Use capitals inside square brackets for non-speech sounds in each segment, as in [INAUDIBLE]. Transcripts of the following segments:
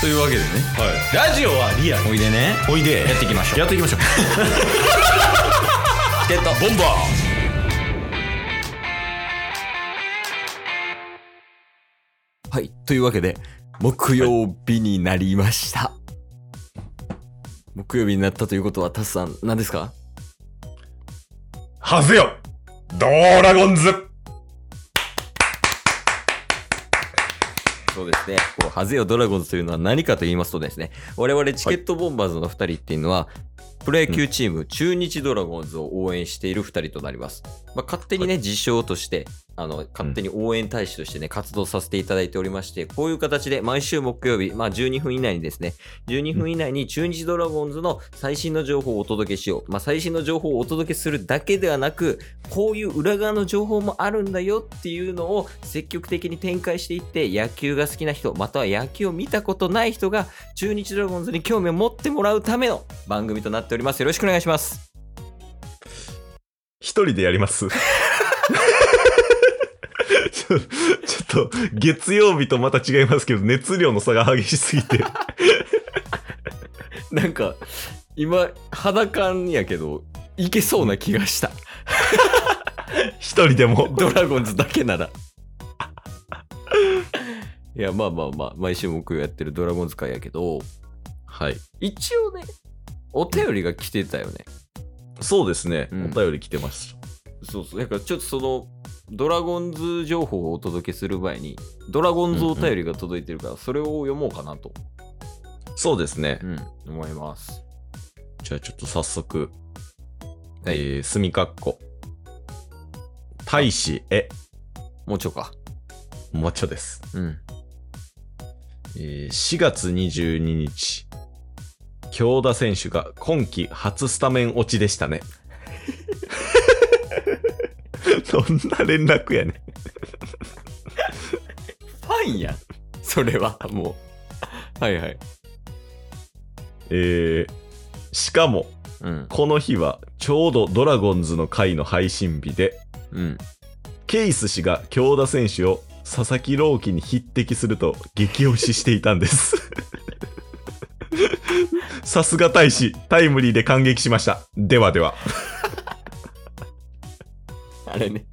というわけでねラジオはリアルおいでねおいでやっていきましょうやってい [LAUGHS] きましょうチケットボンバーはいというわけで木曜日になりました、木曜日になったということはタスさん何ですかはずよドラゴンズそうですね。こう、ハゼよドラゴンズというのは何かと言いますとですね、我々チケットボンバーズの2人っていうのは、プロ野球チーム、中日ドラゴンズを応援している2人となります。まあ、勝手にね、自称として、あの、勝手に応援大使としてね、活動させていただいておりまして、こういう形で毎週木曜日、まあ12分以内にですね、12分以内に中日ドラゴンズの最新の情報をお届けしよう。まあ最新の情報をお届けするだけではなく、こういう裏側の情報もあるんだよっていうのを積極的に展開していって、野球が好きな人、または野球を見たことない人が中日ドラゴンズに興味を持ってもらうための番組となっております。よろしくお願いします。一人でやります [LAUGHS] ちょちょっと月曜日とまた違いますけど熱量の差が激しすぎてなんか、今、肌感やけど、いけそうな気がした。一人でもドラゴンズだけなら。いや、まあまあまあ、毎週木曜やってるドラゴンズ会やけど、はい一応ね、お便りが来てたよね。そうですね、うんお便り来てますそうそう。だからちょっとその、ドラゴンズ情報をお届けする前に、ドラゴンズお便りが届いてるから、それを読もうかなと、そうですね、思います。じゃあちょっと早速はいえー、墨かっこ大使えもうちょか。もちょですうん。えー4月22日、京田選手が今季初スタメン落ちでしたね。どんな連絡やねん。ファンやん。それは、もう。はいはい。えーしかも、うん。この日はちょうどドラゴンズの回の配信日で、うん。ケイス氏が京田選手を佐々木朗希に匹敵すると激推ししていたんです。さすが大使、タイムリーで感激しました。ではでは。あれね、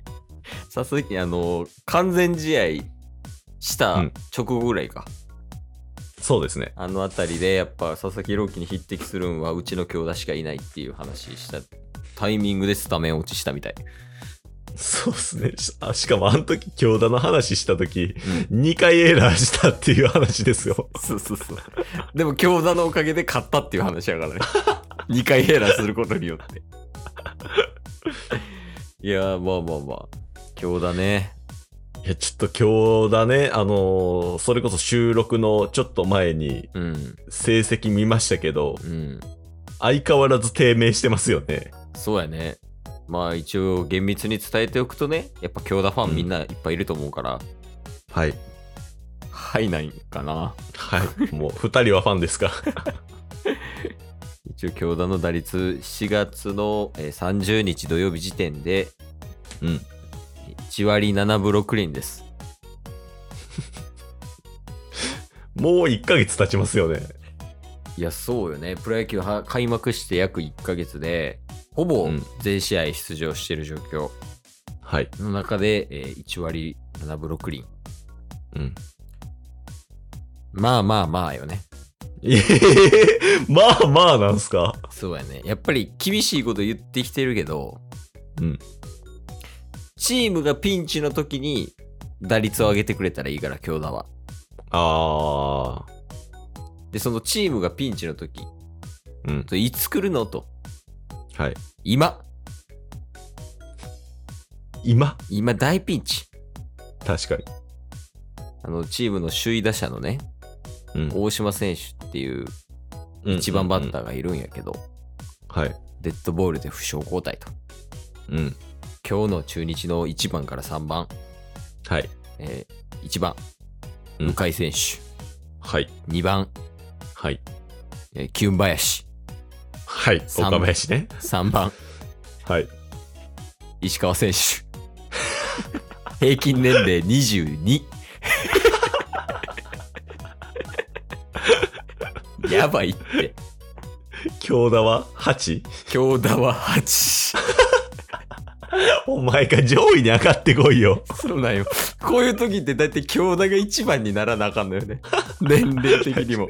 さすがに、あの、完全試合したうん直後ぐらいか。そうですね。あのあたりで、やっぱ佐々木朗希に匹敵するんは、うちの京田しかいないっていう話したタイミングでスタメン落ちしたみたい。そうですね。しあしかもあの時、京田の話した時、2回エラーしたっていう話ですよ。そうそうそう。でも京田のおかげで勝ったっていう話や [LAUGHS] からね。2回エラーすることによって。いやー、まあまあまあ。京田ね。いや、ちょっと京田ね、あのーそれこそ収録のちょっと前にうん、成績見ましたけど、うん。相変わらず低迷してますよね。そうやね。まあ一応厳密に伝えておくとね、やっぱ京田ファンみんないっぱいいると思うから、はい。はいないんかな。はい。もう、2人はファンですか。一応京田の打率4月のえー30日土曜日時点でうん。 1割7分6厘です。もう1ヶ月経ちますよね。いや、そうよね。プロ野球は開幕して約1ヶ月で、ほぼうん全試合出場している状況はい。の中で、えー1割7分6厘。うん。まあまあまあよね。ええまあまあなんすか。そうやね。やっぱり厳しいこと言ってきてるけど、うん。チームがピンチの時に打率を上げてくれたらいいから、京田は。あで、そのチームがピンチの時、ー。うん。いつ来るのと。はい。今、今、今大ピンチ。確かに。あの、チームの首位打者のね、うん大島選手っていううん一番バッー。ターがいるんやけど、はい。デッドボールで負傷交代と。うん。今日の中日の1番から3番、はい。えー1番、うん向井選手、はい。 2番、はい。えー、キュン林、はい。三岡林ね。 3番、はい。石川選手。平均年齢22。やばいって。京田は 8? 京田は8。 [LAUGHS] お前が上位に上がってこいよ。そうなんよ。こういう時って大体京田が一番にならなあかんのよね。年齢的にも。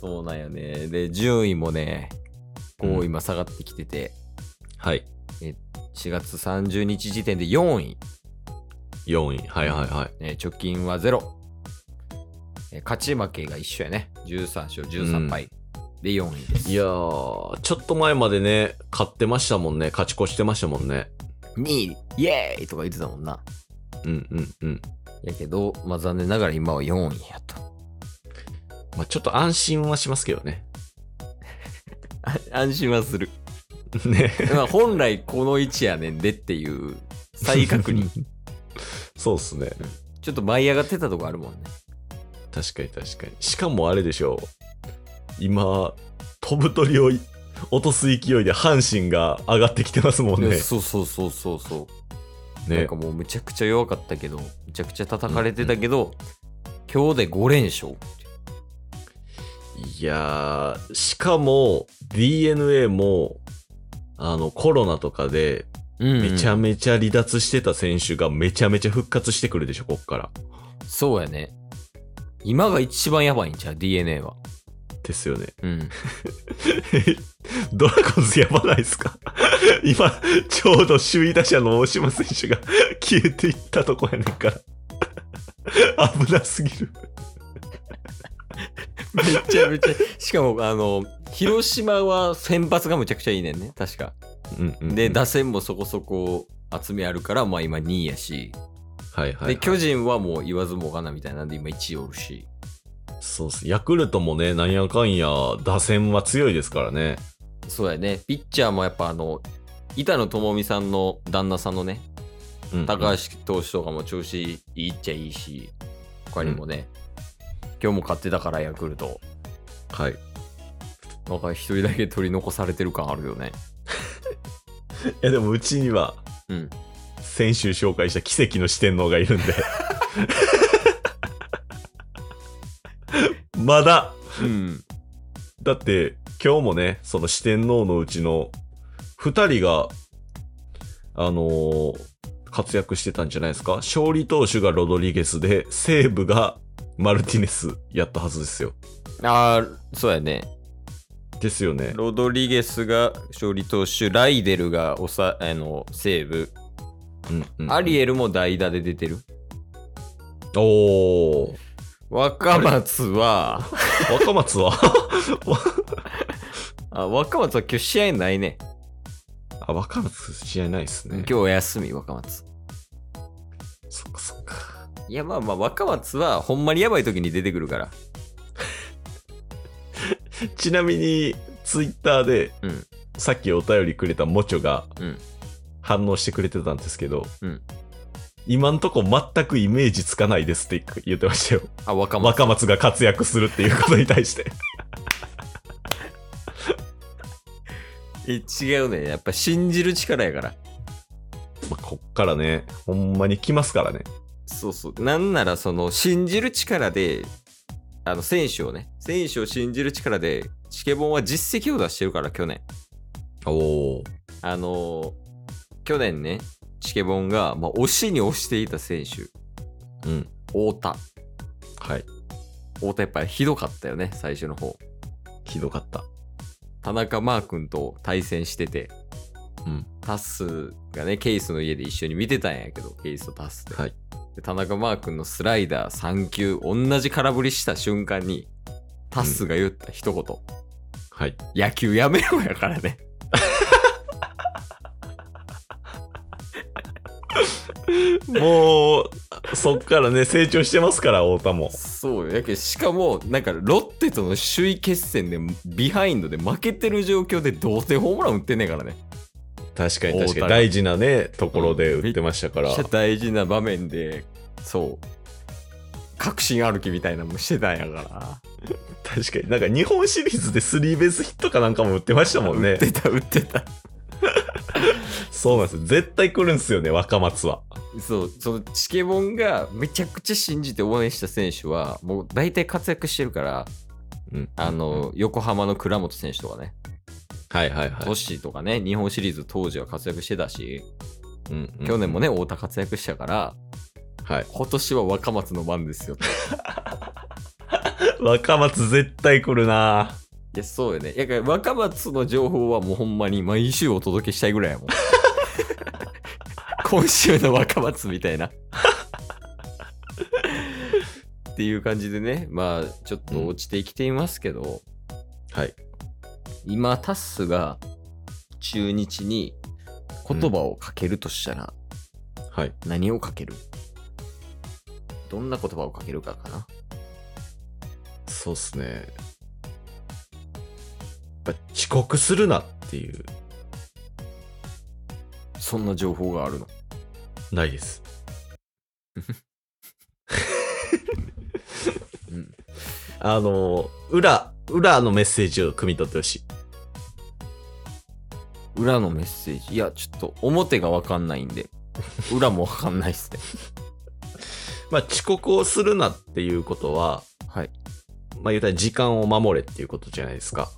そうなんよね。で、順位もね、こううん今下がってきてて、はい。 4月30日時点で4位。 4位。はいはいはい。えー貯金はゼロ。えー勝ち負けが一緒やね。13勝13敗。で4位です。いやー、ちょっと前までね、勝ってましたもんね。勝ち越してましたもんね。 2位、イエーイとか言ってたもんな。うんうんうん。やけど、まあ残念ながら今は4位やと。まあ、ちょっと安心はしますけどね。 [LAUGHS] [LAUGHS] 安心はする。ね。 [LAUGHS] まあ本来この位置やねんでっていう再確 [LAUGHS] 認。。 [LAUGHS] そうっすね。ちょっと舞い上がってたとこあるもんね。確かに確かに。しかもあれでしょう。今、飛ぶ鳥を落とす勢いで阪神が上がってきてますもんね。そうそうそうそうそう。なんねか。もうむちゃくちゃ弱かったけど、むちゃくちゃ叩かれてたけど、今日で5連勝。いやー、しかも DNA も、あの、コロナとかで、うんめちゃめちゃ離脱してた選手がめちゃめちゃ復活してくるでしょ、こっから。そうやね。今が一番やばいんちゃう ?DNA は。ですよね。 [LAUGHS] うん。ドラゴンズやばないですか [LAUGHS] 今、ちょうど首位打者の大島選手が消えていったとこやねんから。 [LAUGHS] 危なすぎる。めちゃめちゃ。しかも、あの、広島は先発がむちゃくちゃいいねんね。確か。うんうんうんで、打線もそこそこ厚みあるから、まあ今2位やし。はいはい、はい。で、巨人はもう言わずもがなみたいなんで今1位おるし。そうっす。ヤクルトもね、なんやかんや、打線は強いですからね。そうやね。ピッチャーもやっぱあの、板野友美さんの旦那さんのね、うんうん高橋投手とかも調子いいっちゃいいし、他にもね、今日も勝ってたからヤクルト。はい。いなんか一人だけ取り残されてる感あるよね。や、でもうちには、うん。先週紹介した奇跡の四天王がいるんで。 [LAUGHS] まだ、うん。だって今日もねその四天王のうちの2人があのー活躍してたんじゃないですか勝利投手がロドリゲスで西武がマルティネスやったはずですよああ、そうやね。ですよねロドリゲスが勝利投手、ライデルがおさあの西武、うんうんアリエルも代打で出てる。おお若松は、若松は [LAUGHS] あ若松は今日試合ないね。あ若松試合ないですね今日お休み、若松。そっかそっかいやまあまあ若松はほんまにやばい時に出てくるから。ちなみにツイッターで、うんさっきお便りくれたモチョがうん反応してくれてたんですけど、うん今んとこ全くイメージつかないですって言ってましたよあ、若松。若松が活躍するっていうことに対して [LAUGHS] え違うね。やっぱ信じる力やから。まあこっからねほんまに来ますからねそうそう。なんならその信じる力で、あの選手をね、選手を信じる力で、チケボンは実績を出してるから、去年。おおあのー去年ね、チケボンが、まあ、押しに押していた選手、うん太田。はい太田やっぱりひどかったよね、最初の方。ひどかった田中マー君と対戦してて、うんタッスがね、ケイスの家で一緒に見てたんやけど、ケイスとタッスで。はいで田中マー君のスライダー3球、同じ空振りした瞬間に、タッスが言った一言、はい野球やめろやからね。もうそっからね成長してますから太田もそうよ。やけどしかも、なんか、ロッテとの首位決戦で、ビハインドで負けてる状況で、同点ホームラン打ってんねえからね。確かに確かに大事なねところで打ってましたかめっちゃ大事な場面で、そう。確信歩きみたいなのもしてたんやから。確かになんか日本シリーズでスリーベースヒットかなんかも打ってましたもん打ってねた、打ってた。そうなんですよ絶対来るんですよね若松はそう、そのチケボンがめちゃくちゃ信じて応援した選手は、もう大体活躍してるから、うん。あの、横浜の倉本選手とかね、はいはいはトッシーとかね、日本シリーズ当時は活躍してたし、い。うんうん去年もね、太田活躍したから、はい。今年は若松の番ですよと。い [LAUGHS] 若松絶対来るなや、そうよね。いや、若松の情報はもうほんまに毎週お届けしたいぐらい [LAUGHS] やもん。今週の若松みたいな。っていう感じでね、まあ、ちょっと落ちてきていますけど、はい。今タッスが中日に言葉をかけるとしたらはい。何をかける、どんな言葉をかけるかかなそうっすね。やっぱ遅刻するなっていう、そんな情報があるのないです。うん [LAUGHS] あの、裏、裏のメッセージを汲み取ってほしい。裏のメッセージいやちょっと表がわかんないん [LAUGHS] で裏もわかんないっすねまあ、遅刻をするなっていうことは、はい、まあ、言うたら時間を守れっていうことじゃないですか。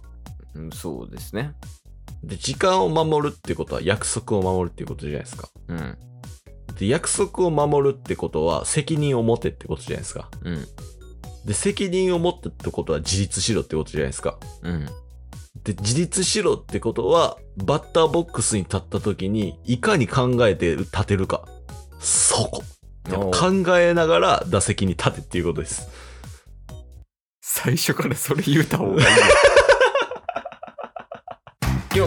うん、そうですねで、時間を守るってことは約束を守るっていうことじゃないですか。うんで、約束を守るってことは責任を持てってことじゃないですか。うんで、責任を持ってってことは自立しろってことじゃないですか。うんで、自立しろってことは、バッターボックスに立った時に、いかに考えて立てるか。そこ。やっおぱ考えながら打席に立てっていうことです。最初からそれ言うた方がいい [LAUGHS] 今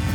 す